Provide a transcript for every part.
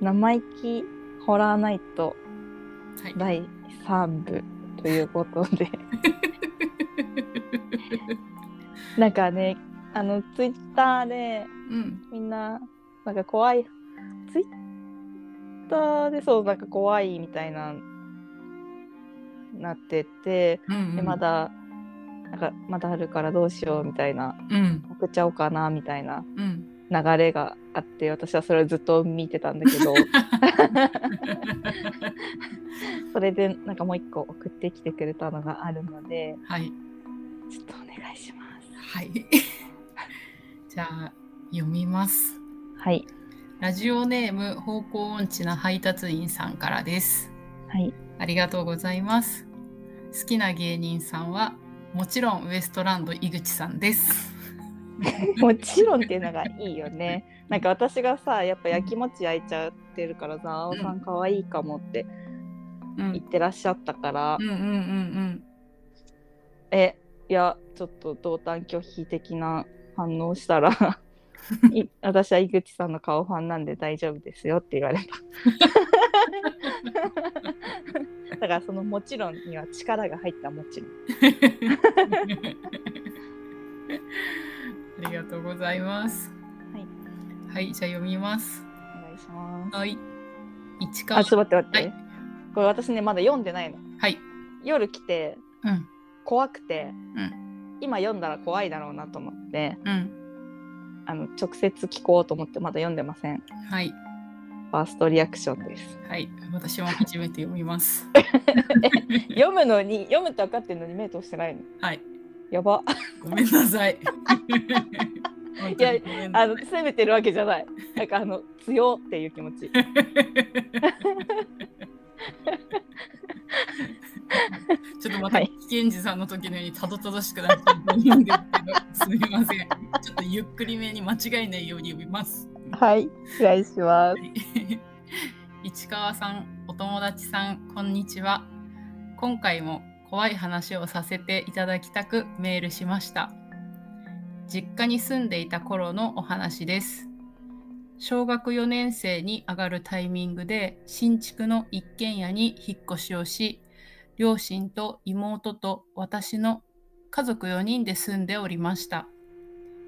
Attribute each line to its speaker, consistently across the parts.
Speaker 1: 生意気ホラーナイト
Speaker 2: はい。
Speaker 1: 第3部ということで なんかねあのツイッターで
Speaker 2: うん。
Speaker 1: みんななんか怖いツイッターでそうなんか怖いみたいななってて、
Speaker 2: うん、うん。
Speaker 1: でま。だなんかまだあるからどうしようみたいな
Speaker 2: うん。
Speaker 1: 送っちゃおうかなみたいな
Speaker 2: うん。
Speaker 1: 流れがあって私はそれをずっと見てたんだ けどそれでなんかもう一個送ってきてくれたのがあるので
Speaker 2: はい。
Speaker 1: ちょっとお願いします。
Speaker 2: はい。じゃあ、読みます。
Speaker 1: はい、
Speaker 2: ラジオネーム、方向音痴な配達員さんからです。
Speaker 1: はい、
Speaker 2: ありがとうございます。好きな芸人さんは、もちろんウエストランド井口さんです。
Speaker 1: もちろんっていうのがいいよね。 なんか私がさやっぱやきもち焼いちゃってるからさ「青さん可愛いかも」って
Speaker 2: うん。うん
Speaker 1: 言ってらっしゃったから、
Speaker 2: うんうんうん。
Speaker 1: えいやちょっと同担拒否的な反応した らい私は井口さんの顔ファンなんで大丈夫ですよって言わ れただからその「もちろん」には力が入った「もちろん
Speaker 2: ありがとうございます。。
Speaker 1: はい
Speaker 2: はい、じゃあ読みます。」
Speaker 1: お願いします
Speaker 2: はい。市川。
Speaker 1: あちょっと待って待って、
Speaker 2: は
Speaker 1: これ私ねまだ読んでないの
Speaker 2: はい。
Speaker 1: 夜来て
Speaker 2: うん。
Speaker 1: 怖くて、
Speaker 2: う
Speaker 1: 今読んだら怖いだろうなと思って
Speaker 2: うん。
Speaker 1: あの直接聞こうと思ってまだ読んでませんフ
Speaker 2: はい。
Speaker 1: ァーストリアクションです
Speaker 2: はい。私も初めて読 みます。
Speaker 1: 読むのに読むって分かってるのに目通してないの
Speaker 2: はい。
Speaker 1: やば
Speaker 2: ごめんなさい。本当にごめんな
Speaker 1: あ
Speaker 2: さ
Speaker 1: の
Speaker 2: い
Speaker 1: 責めてるわけじゃないなんかあの強っていう気持ち
Speaker 2: ちょっとまた、
Speaker 1: はい
Speaker 2: ケンジさんの時のようにたどたどしくなっちゃうと思うんですけど、すみません。ちょっとゆっくりめに間違えないように読みます。
Speaker 1: はいお願いしま
Speaker 2: はい 市川さん、お友達さん、こんにちは。今回も怖い話をさせていただきたくメールしました。実家に住んでいた頃のお話です。小学4年生に上がるタイミングで新築の一軒家に引っ越しをし、両親と妹と私の家族4人で住んでおりました。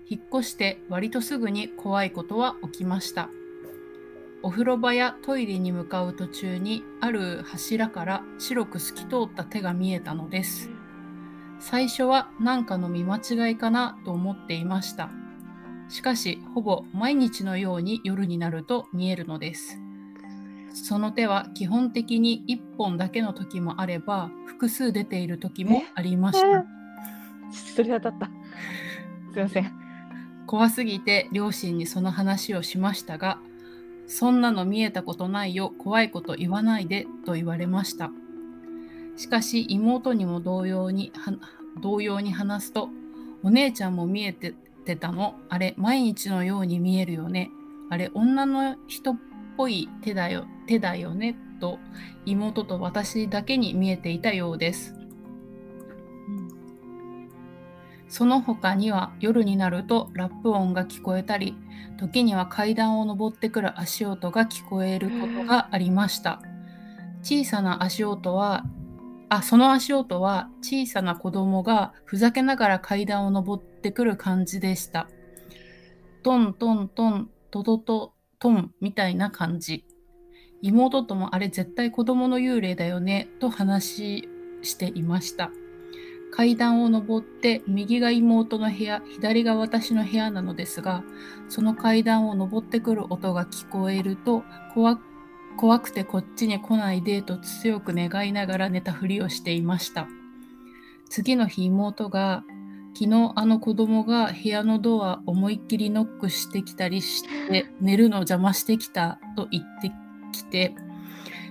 Speaker 2: 引っ越して割とすぐに怖いことは起きました。お風呂場やトイレに向かう途中にある柱から白く透き通った手が見えたのです。最初は何かの見間違いかなと思っていました。しかし、ほぼ毎日のように夜になると見えるのです。その手は基本的に1本だけの時もあれば、複数出ている時もありました。
Speaker 1: すそれ当た ったすいませ ん
Speaker 2: 怖すぎて両親にその話をしましたが、そんなの見えたことないよ、怖いこと言わないでと言われました。しかし妹にも同様には同様に話すと、お姉ちゃんも見えててたの、あれ毎日のように見えるよね、あれ女の人っぽい手だよ手だよねと妹と私だけに見えていたようです。その他には夜になるとラップ音が聞こえたり、時には階段を上ってくる足音が聞こえることがありました。小さな足音は、あ、その足音は小さな子供がふざけながら階段を上ってくる感じでした。トントントン、トトトトンみたいな感じ。妹ともあれ絶対子供の幽霊だよねと話していました。階段を上って右が妹の部屋左が私の部屋なのですがその階段を上ってくる音が聞こえると怖怖くてこっちに来ないでと強く願いながら寝たふりをしていました次の日妹が昨日あの子供が部屋のドア思いっきりノックしてきたりして寝るの邪魔してきたと言ってきて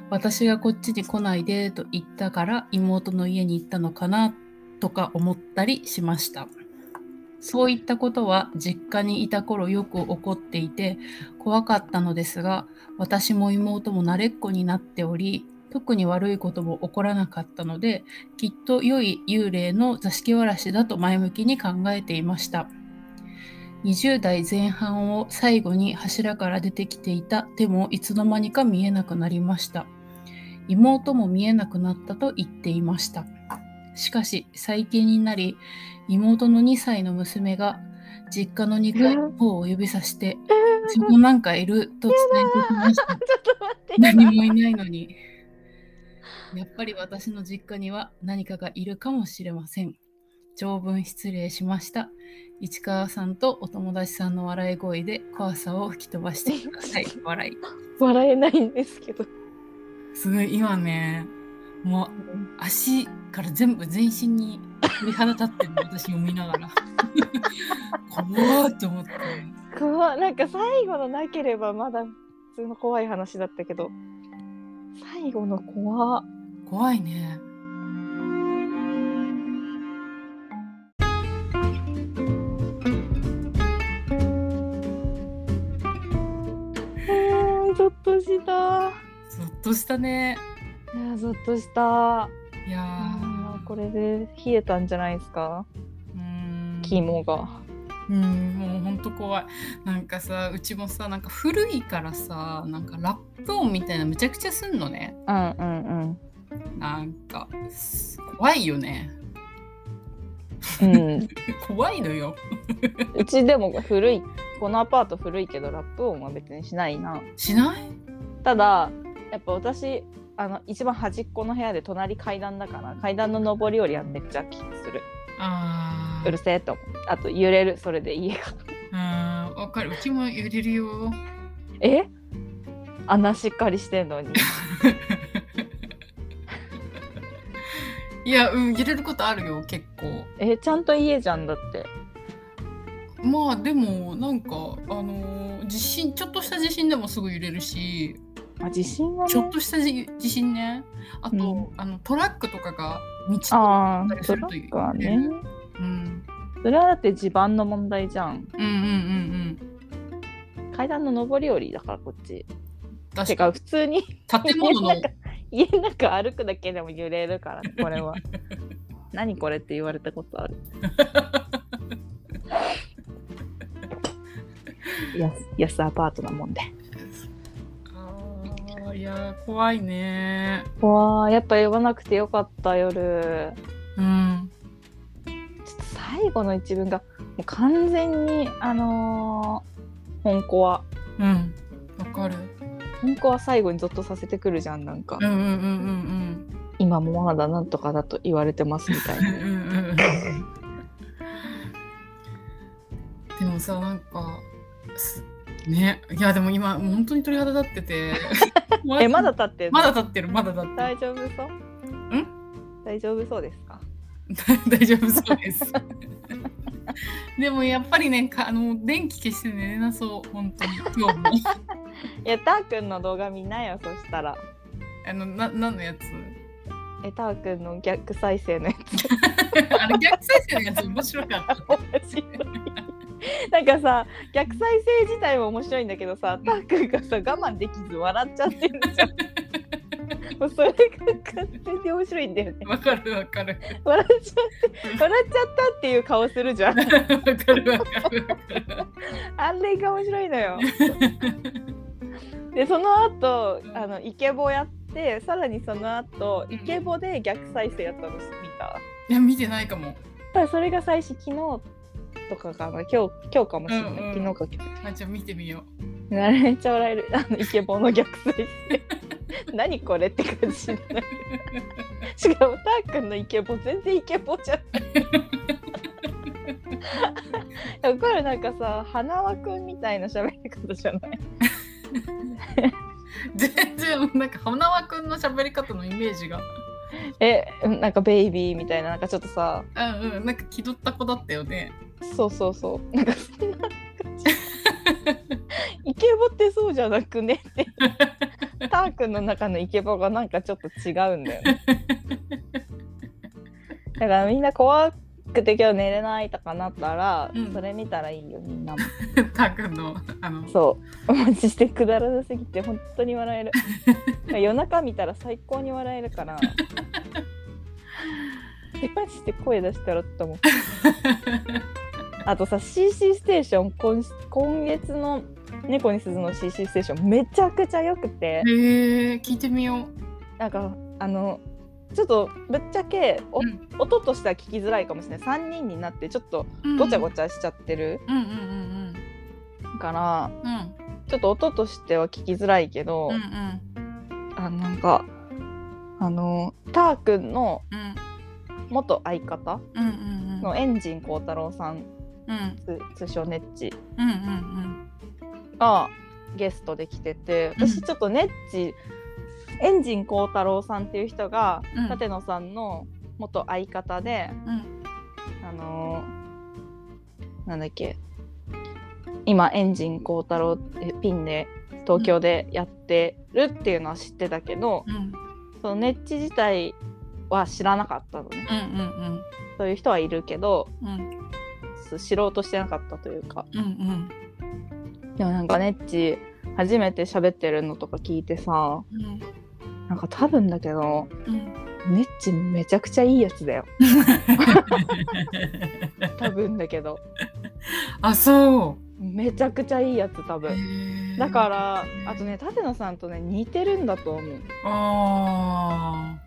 Speaker 2: 私がこっちに来ないでと言ったから妹の家に行ったのかなとか思ったりしました。そういったことは実家にいた頃よく起こっていて怖かったのですが私も妹も慣れっこになっており特に悪いことも起こらなかったのできっと良い幽霊の座敷わらしだと前向きに考えていました。 20代前半を最後に柱から出てきていた手もいつの間にか見えなくなりました妹も見えなくなったと言っていましたしかし最近になり妹の2歳の娘が実家の2階の方を指さして
Speaker 1: えー
Speaker 2: 「そこなんかいる」と伝えてきました
Speaker 1: ちょっと待って。
Speaker 2: 何もいないのにやっぱり私の実家には何かがいるかもしれません長文失礼しました市川さんとお友達さんの笑い声で怖さを吹き飛ばしてください笑い
Speaker 1: 笑えないんですけど。
Speaker 2: すごい今ねもう足から全部全身に鳥肌立ってるの私を見ながら怖ーって思って
Speaker 1: 怖いなんか最後のなければまだ普通の怖い話だったけど最後の怖っ
Speaker 2: 怖いね
Speaker 1: えーゾッとした
Speaker 2: ゾッとしたね
Speaker 1: いやゾッとした
Speaker 2: いや
Speaker 1: あー
Speaker 2: ー
Speaker 1: これで冷えたんじゃないですか
Speaker 2: うーん
Speaker 1: 肝が
Speaker 2: うんもうほんと怖いなんかさうちもさなんか古いからさなんかラップ音みたいなむちゃくちゃすんのね
Speaker 1: うんうん
Speaker 2: なんかす怖いよね
Speaker 1: うんうん
Speaker 2: 怖いのよ
Speaker 1: うちでも古いこのアパート古いけどラップ音は別にしないな
Speaker 2: しない
Speaker 1: ただやっぱ私あの一番端っこの部屋で隣階段だから階段の上り下りはめっちゃ気にする
Speaker 2: あ
Speaker 1: うるせえと思うあと揺れるそれで家が
Speaker 2: あわかるうちも揺れるよ
Speaker 1: え穴しっかりしてんのに
Speaker 2: いやうん揺れることあるよ結構
Speaker 1: えちゃんと家じゃんだって
Speaker 2: まあでもなんかあのー地震ちょっとした地震でもすぐ揺れるし
Speaker 1: あ地震は
Speaker 2: ちょ
Speaker 1: ね
Speaker 2: っとしたじ地震ね。あと、
Speaker 1: う
Speaker 2: あのトラックとかが道とか、
Speaker 1: ああトラックはね
Speaker 2: うん、
Speaker 1: それはだって地盤の問題じゃん
Speaker 2: うんうんうんうん。
Speaker 1: 階段の上り下りだからこっち
Speaker 2: 確
Speaker 1: て
Speaker 2: か
Speaker 1: か普通に
Speaker 2: 建物
Speaker 1: 家
Speaker 2: の
Speaker 1: の中 家の中歩くだけでも揺れるからねこ れは何これって言われたことある安安アパートなもんで
Speaker 2: あーいやー怖いね。
Speaker 1: わあやっぱ呼ばなくてよかった夜
Speaker 2: うん。
Speaker 1: ちょっと最後の一文がもう完全にあのー本コア
Speaker 2: うん。わかる。
Speaker 1: 本コア最後にゾッとさせてくるじゃんなんか、
Speaker 2: うんうんうんうん
Speaker 1: 今もまだなんとかだと言われてますみたい
Speaker 2: うん。う
Speaker 1: な
Speaker 2: んうんうん。でもさなんかすねいやでも今もう本当に鳥肌立って て
Speaker 1: えまだ立ってんの
Speaker 2: まだ立ってるまだ立ってる。
Speaker 1: 大丈夫そうん大丈夫そうですか
Speaker 2: 大丈夫そうです。でもやっぱりねかあの電気消して寝れなそう本当に今日も
Speaker 1: いやたーくんの動画見なよそしたら
Speaker 2: あのな何のやつ
Speaker 1: えたーくんの逆再生のやつ
Speaker 2: あれ逆再生のやつ面白かった
Speaker 1: 面白い なんかさ逆再生自体も面白いんだけどさたーくんがさ我慢できず笑っちゃってる じゃんもうそれが完全に面白いんだよね
Speaker 2: わかるわかる
Speaker 1: 笑っちゃって笑っちゃったっていう顔するじゃん
Speaker 2: わかるわかるわかる
Speaker 1: あれが面白いのよでその後あのイケボやってさらにその後イケボで逆再生やったの見た
Speaker 2: いや見てないかも
Speaker 1: ただそれが最初昨日とかかな今日今日かもしれない、
Speaker 2: うんうん
Speaker 1: 昨日か
Speaker 2: あじゃあ見てみよ
Speaker 1: 今日めっちゃ笑えるあのイケボの逆再生何これって感じしないしかもたーくんのイケボ全然イケボじゃないわかるなんかさ花輪くんみたいな喋り方じゃないう
Speaker 2: 全然なんか花輪くんの喋り方のイメージが
Speaker 1: えなんかベイビーみたいななんかちょっとさ
Speaker 2: うんうんなんか気取った子だったよね
Speaker 1: そうそうそうなんかそんな感じイケボってそうじゃなくねってターくんの中のイケボがなんかちょっと違うんだよねだからみんな怖くて今日寝れないとかなったら、
Speaker 2: うん
Speaker 1: それ見たらいいよみんなも
Speaker 2: たくんのあの
Speaker 1: そうお待ちしてくだらなすぎて本当に笑える夜中見たら最高に笑えるから えマジで声出したらと思うあとさ CC ステーション今し今月の「猫に鈴の CC ステーション」めちゃくちゃ良くて
Speaker 2: へ え聞いてみよ
Speaker 1: なんかあのちょっとぶっちゃけお
Speaker 2: うん
Speaker 1: 音としては聞きづらいかもしれない3人になってちょっと
Speaker 2: う。
Speaker 1: ごちゃご
Speaker 2: ち
Speaker 1: ちゃしちゃってる
Speaker 2: ゃ。うんうんうん
Speaker 1: から、
Speaker 2: うんうん
Speaker 1: ちょっと音としては聞きづらいけど、
Speaker 2: うんうん
Speaker 1: あなんかあのターくんの
Speaker 2: うん
Speaker 1: 元相方
Speaker 2: うんうんうん
Speaker 1: のエンジン幸太郎さん
Speaker 2: うん
Speaker 1: つ通称ネッチ
Speaker 2: うんうん
Speaker 1: がゲストで来てて
Speaker 2: うん
Speaker 1: 私ちょっとネッチ、エンジン幸太郎さんっていう人が
Speaker 2: うん
Speaker 1: 舘野さんの元相方で、
Speaker 2: うん
Speaker 1: あのーなんだっけ今エンジン幸太郎ってピンで東京でやってるっていうのは知ってたけど、
Speaker 2: うんうん
Speaker 1: そのネッチ自体は知らなかったのね
Speaker 2: うん
Speaker 1: そういう人はいるけど
Speaker 2: うんうん
Speaker 1: す知ろうとしてなかったというか
Speaker 2: うんうん
Speaker 1: でもなんかネッチ初めて喋ってるのとか聞いてさ
Speaker 2: うん
Speaker 1: なんか多分だけど
Speaker 2: うん
Speaker 1: ネッチめちゃくちゃいいやつだよ多分だけど
Speaker 2: あそ
Speaker 1: めちゃくちゃいいやつ多
Speaker 2: う。へ
Speaker 1: 分
Speaker 2: ー
Speaker 1: だからあとね舘野さんとね似てるんだと思う
Speaker 2: ああ。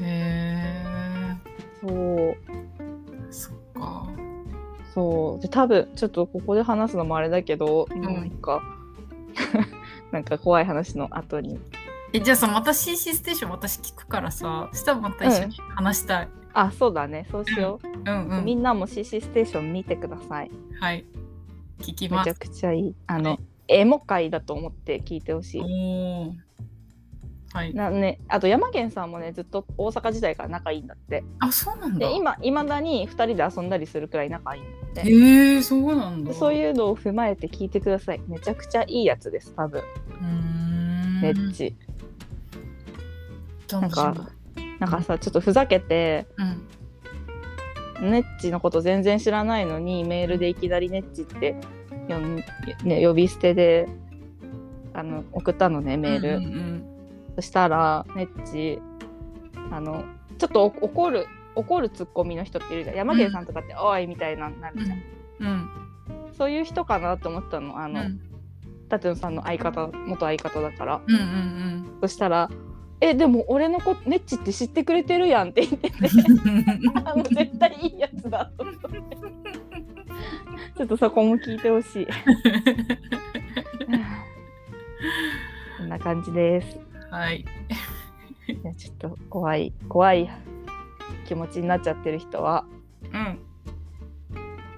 Speaker 2: へ
Speaker 1: そう
Speaker 2: え。そっか。
Speaker 1: そうで多分ちょっとここで話すのもあれだけど、
Speaker 2: ん
Speaker 1: なんか なんか怖い話の後に
Speaker 2: えじゃあさまた CC ステーション私聞くからさしたらまた一緒に話したい。
Speaker 1: あそうだねそうしよう、
Speaker 2: うんうん。
Speaker 1: みんなも CC ステーション見てください
Speaker 2: はい。聞き
Speaker 1: め
Speaker 2: ま
Speaker 1: ちゃ
Speaker 2: す。
Speaker 1: くちゃいいあ
Speaker 2: は
Speaker 1: のエモ回だと思って聞いてほしい
Speaker 2: おお。はい。
Speaker 1: な、ね、あと山源さんもねずっと大阪時代から仲いいんだって
Speaker 2: あ、そうなんだ。
Speaker 1: で今いまだに2人で遊んだりするくらい仲いいんだって
Speaker 2: へえ、そうなんだ。
Speaker 1: でそう
Speaker 2: う。
Speaker 1: いうのを踏まえて聞いてくださいめちゃくちゃいいやつです多分
Speaker 2: ん。
Speaker 1: ネッチ
Speaker 2: なん
Speaker 1: なんか。なんかさちょっとふざけて
Speaker 2: うん。
Speaker 1: ネッチのこと全然知らないのにメールでいきなりネッチって呼ん、ね、呼び捨てであの送ったのねメール、
Speaker 2: うんうん
Speaker 1: そしたらネッチあのちょっとお怒る怒るツッコミの人っているじゃん山毛さんとかって「おい」みたいなな
Speaker 2: う
Speaker 1: るじゃん、
Speaker 2: ん。うん。
Speaker 1: そういう人かなと思ったのあ
Speaker 2: うん。う
Speaker 1: の、
Speaker 2: ん
Speaker 1: 舘野さんの相方元相方だから
Speaker 2: うんうん
Speaker 1: そしたら「えでも俺のこネッチって知ってくれてるやん」って言っててあの絶対いいやつだと思ってちょっとそこも聞いてほしいこんな感じです
Speaker 2: はい。
Speaker 1: いやちょっと怖い怖い気持ちになっちゃってる人は
Speaker 2: うん。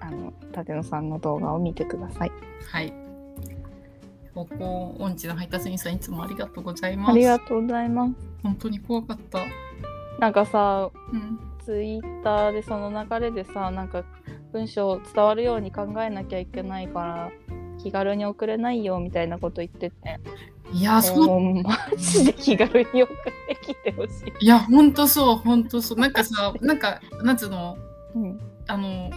Speaker 1: あの舘野さんの動画を見てください
Speaker 2: はい。方向音痴の配達員さんいつもありがとうございます。
Speaker 1: ありがとうございます
Speaker 2: 本当に怖かった。
Speaker 1: なんかさ
Speaker 2: うん。
Speaker 1: ツイッターでその流れでさなんか文章伝わるように考えなきゃいけないから気軽に送れないよみたいなこと言ってて
Speaker 2: いや、そう
Speaker 1: もうマジで気軽に送ってきてほしい、
Speaker 2: いや、ほんとそう、ほんとそう。なんか さ、なんか、なんつうの、
Speaker 1: うん、
Speaker 2: あの、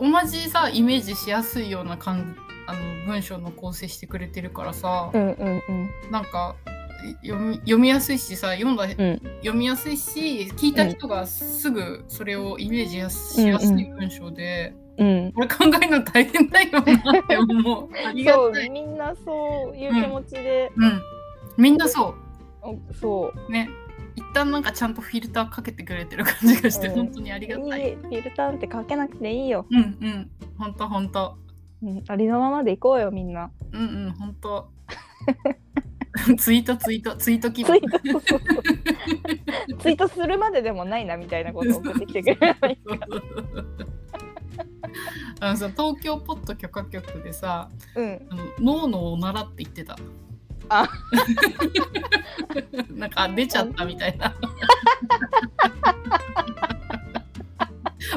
Speaker 2: 同じさ、イメージしやすいような感あの文章の構成してくれてるからさ
Speaker 1: う、んうんうん
Speaker 2: なんか、読み読みやすいしさ読ん
Speaker 1: ん
Speaker 2: だ、読みやすいし聞いた人がすぐそれをイメージやすしやすい文章で、
Speaker 1: うん
Speaker 2: これ考えるの大変だよなって思うあり が
Speaker 1: そう
Speaker 2: たい
Speaker 1: みんなそういう気持ちで、
Speaker 2: うんみんなそ
Speaker 1: おそう
Speaker 2: うね一旦なんかちゃんとフィルターかけてくれてる感じがして、
Speaker 1: うん
Speaker 2: 本当にあり
Speaker 1: いい
Speaker 2: が
Speaker 1: フ
Speaker 2: たい
Speaker 1: ィルターってかけなくていいよ、
Speaker 2: うんうん、ほんとほんと。
Speaker 1: うん、ありのままでいこうよみんな
Speaker 2: うんうん、ほんと。 ツイートツイートツイート気
Speaker 1: ツ
Speaker 2: 分
Speaker 1: イ。ートそうそうそうツイートするまででもないなみたいなことを送ってきてくれればいい
Speaker 2: あのさ東京ポッド許可局でさ
Speaker 1: うん
Speaker 2: あの脳のおならって言ってた。
Speaker 1: あ
Speaker 2: なんか出ちゃったみた いな。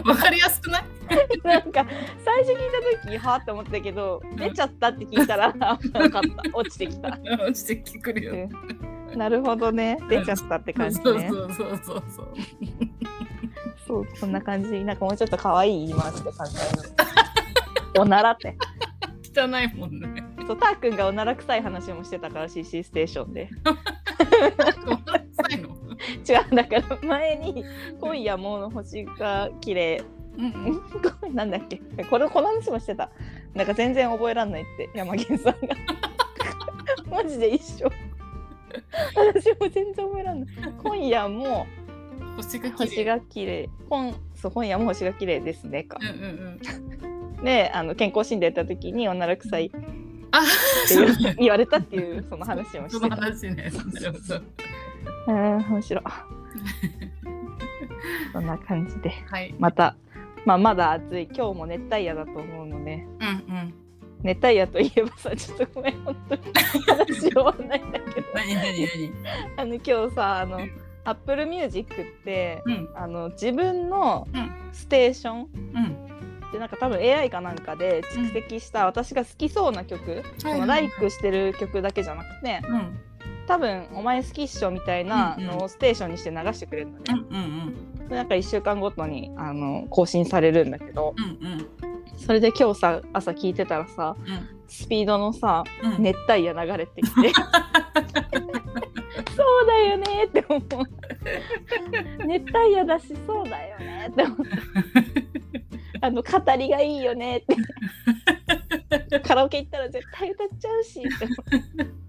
Speaker 2: わかりやすくない
Speaker 1: なんか最初聞いた時はあって思ったけど出ちゃったって聞いた ら分かった落ちてきた、
Speaker 2: 落ちてきてくるよね。
Speaker 1: うんなるほどね出ちゃったって感じ
Speaker 2: そう
Speaker 1: ね
Speaker 2: そうそうそうそう。
Speaker 1: そうそんな感じなんかもうちょっと可愛い言い回しで考えるおならって
Speaker 2: 汚いも んね。
Speaker 1: そうたーくんがおなら臭い話もしてたから CC ステーションで
Speaker 2: ごめんなさいの。
Speaker 1: 違うだから前に「今夜もうの星が綺麗
Speaker 2: うんうん、
Speaker 1: ごめんなんだっけこれこの話もしてたなんか全然覚えらんないって山源さんが マジで一緒私も全然覚えらんない今夜も
Speaker 2: 星が綺
Speaker 1: 星
Speaker 2: 麗
Speaker 1: が綺麗今そう今夜も星が綺麗ですねか
Speaker 2: うんうんうん
Speaker 1: であの健康診断やった時に女らくさいって
Speaker 2: あ
Speaker 1: 言
Speaker 2: そううね
Speaker 1: 言われたっていうその話も
Speaker 2: そ
Speaker 1: して
Speaker 2: の
Speaker 1: た
Speaker 2: 話ねなるほど
Speaker 1: うん面白いそんな感じで
Speaker 2: はい
Speaker 1: また、まあ、まだ暑い今日も熱帯夜だと思うので
Speaker 2: うん うん
Speaker 1: 熱帯夜といえばさちょっとごめん本当に話終わんないんだけど
Speaker 2: 何何何
Speaker 1: あの今日さあの Apple Music って
Speaker 2: うん
Speaker 1: あの自分の
Speaker 2: うん
Speaker 1: ステーション
Speaker 2: うん
Speaker 1: でなんか多分 AI かなんかで蓄積した私が好きそうな曲、そ
Speaker 2: はい
Speaker 1: の
Speaker 2: は
Speaker 1: ラ
Speaker 2: い
Speaker 1: イクしてる曲だけじゃなくて
Speaker 2: うん
Speaker 1: 多分「お前好きっしょ」みたいなのをステーションにして流してくれるのね
Speaker 2: う、んうん
Speaker 1: でなんか1週間ごとにあの更新されるんだけど
Speaker 2: うんうんうん
Speaker 1: それで今日さ朝聞いてたらさスピードのさ
Speaker 2: うんうん
Speaker 1: 熱帯夜流れてき てそうだよねって思う熱帯夜だしそうだよねって 思ったあの語りがいいよねってカラオケ行ったら絶対歌っちゃうしって思